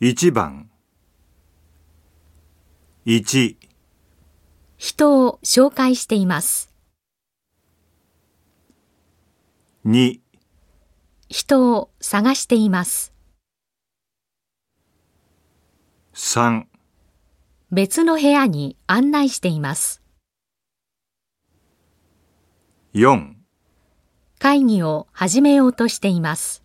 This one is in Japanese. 1番1人を紹介しています。 2人を探しています。 3別の部屋に案内しています。 4会議を始めようとしています。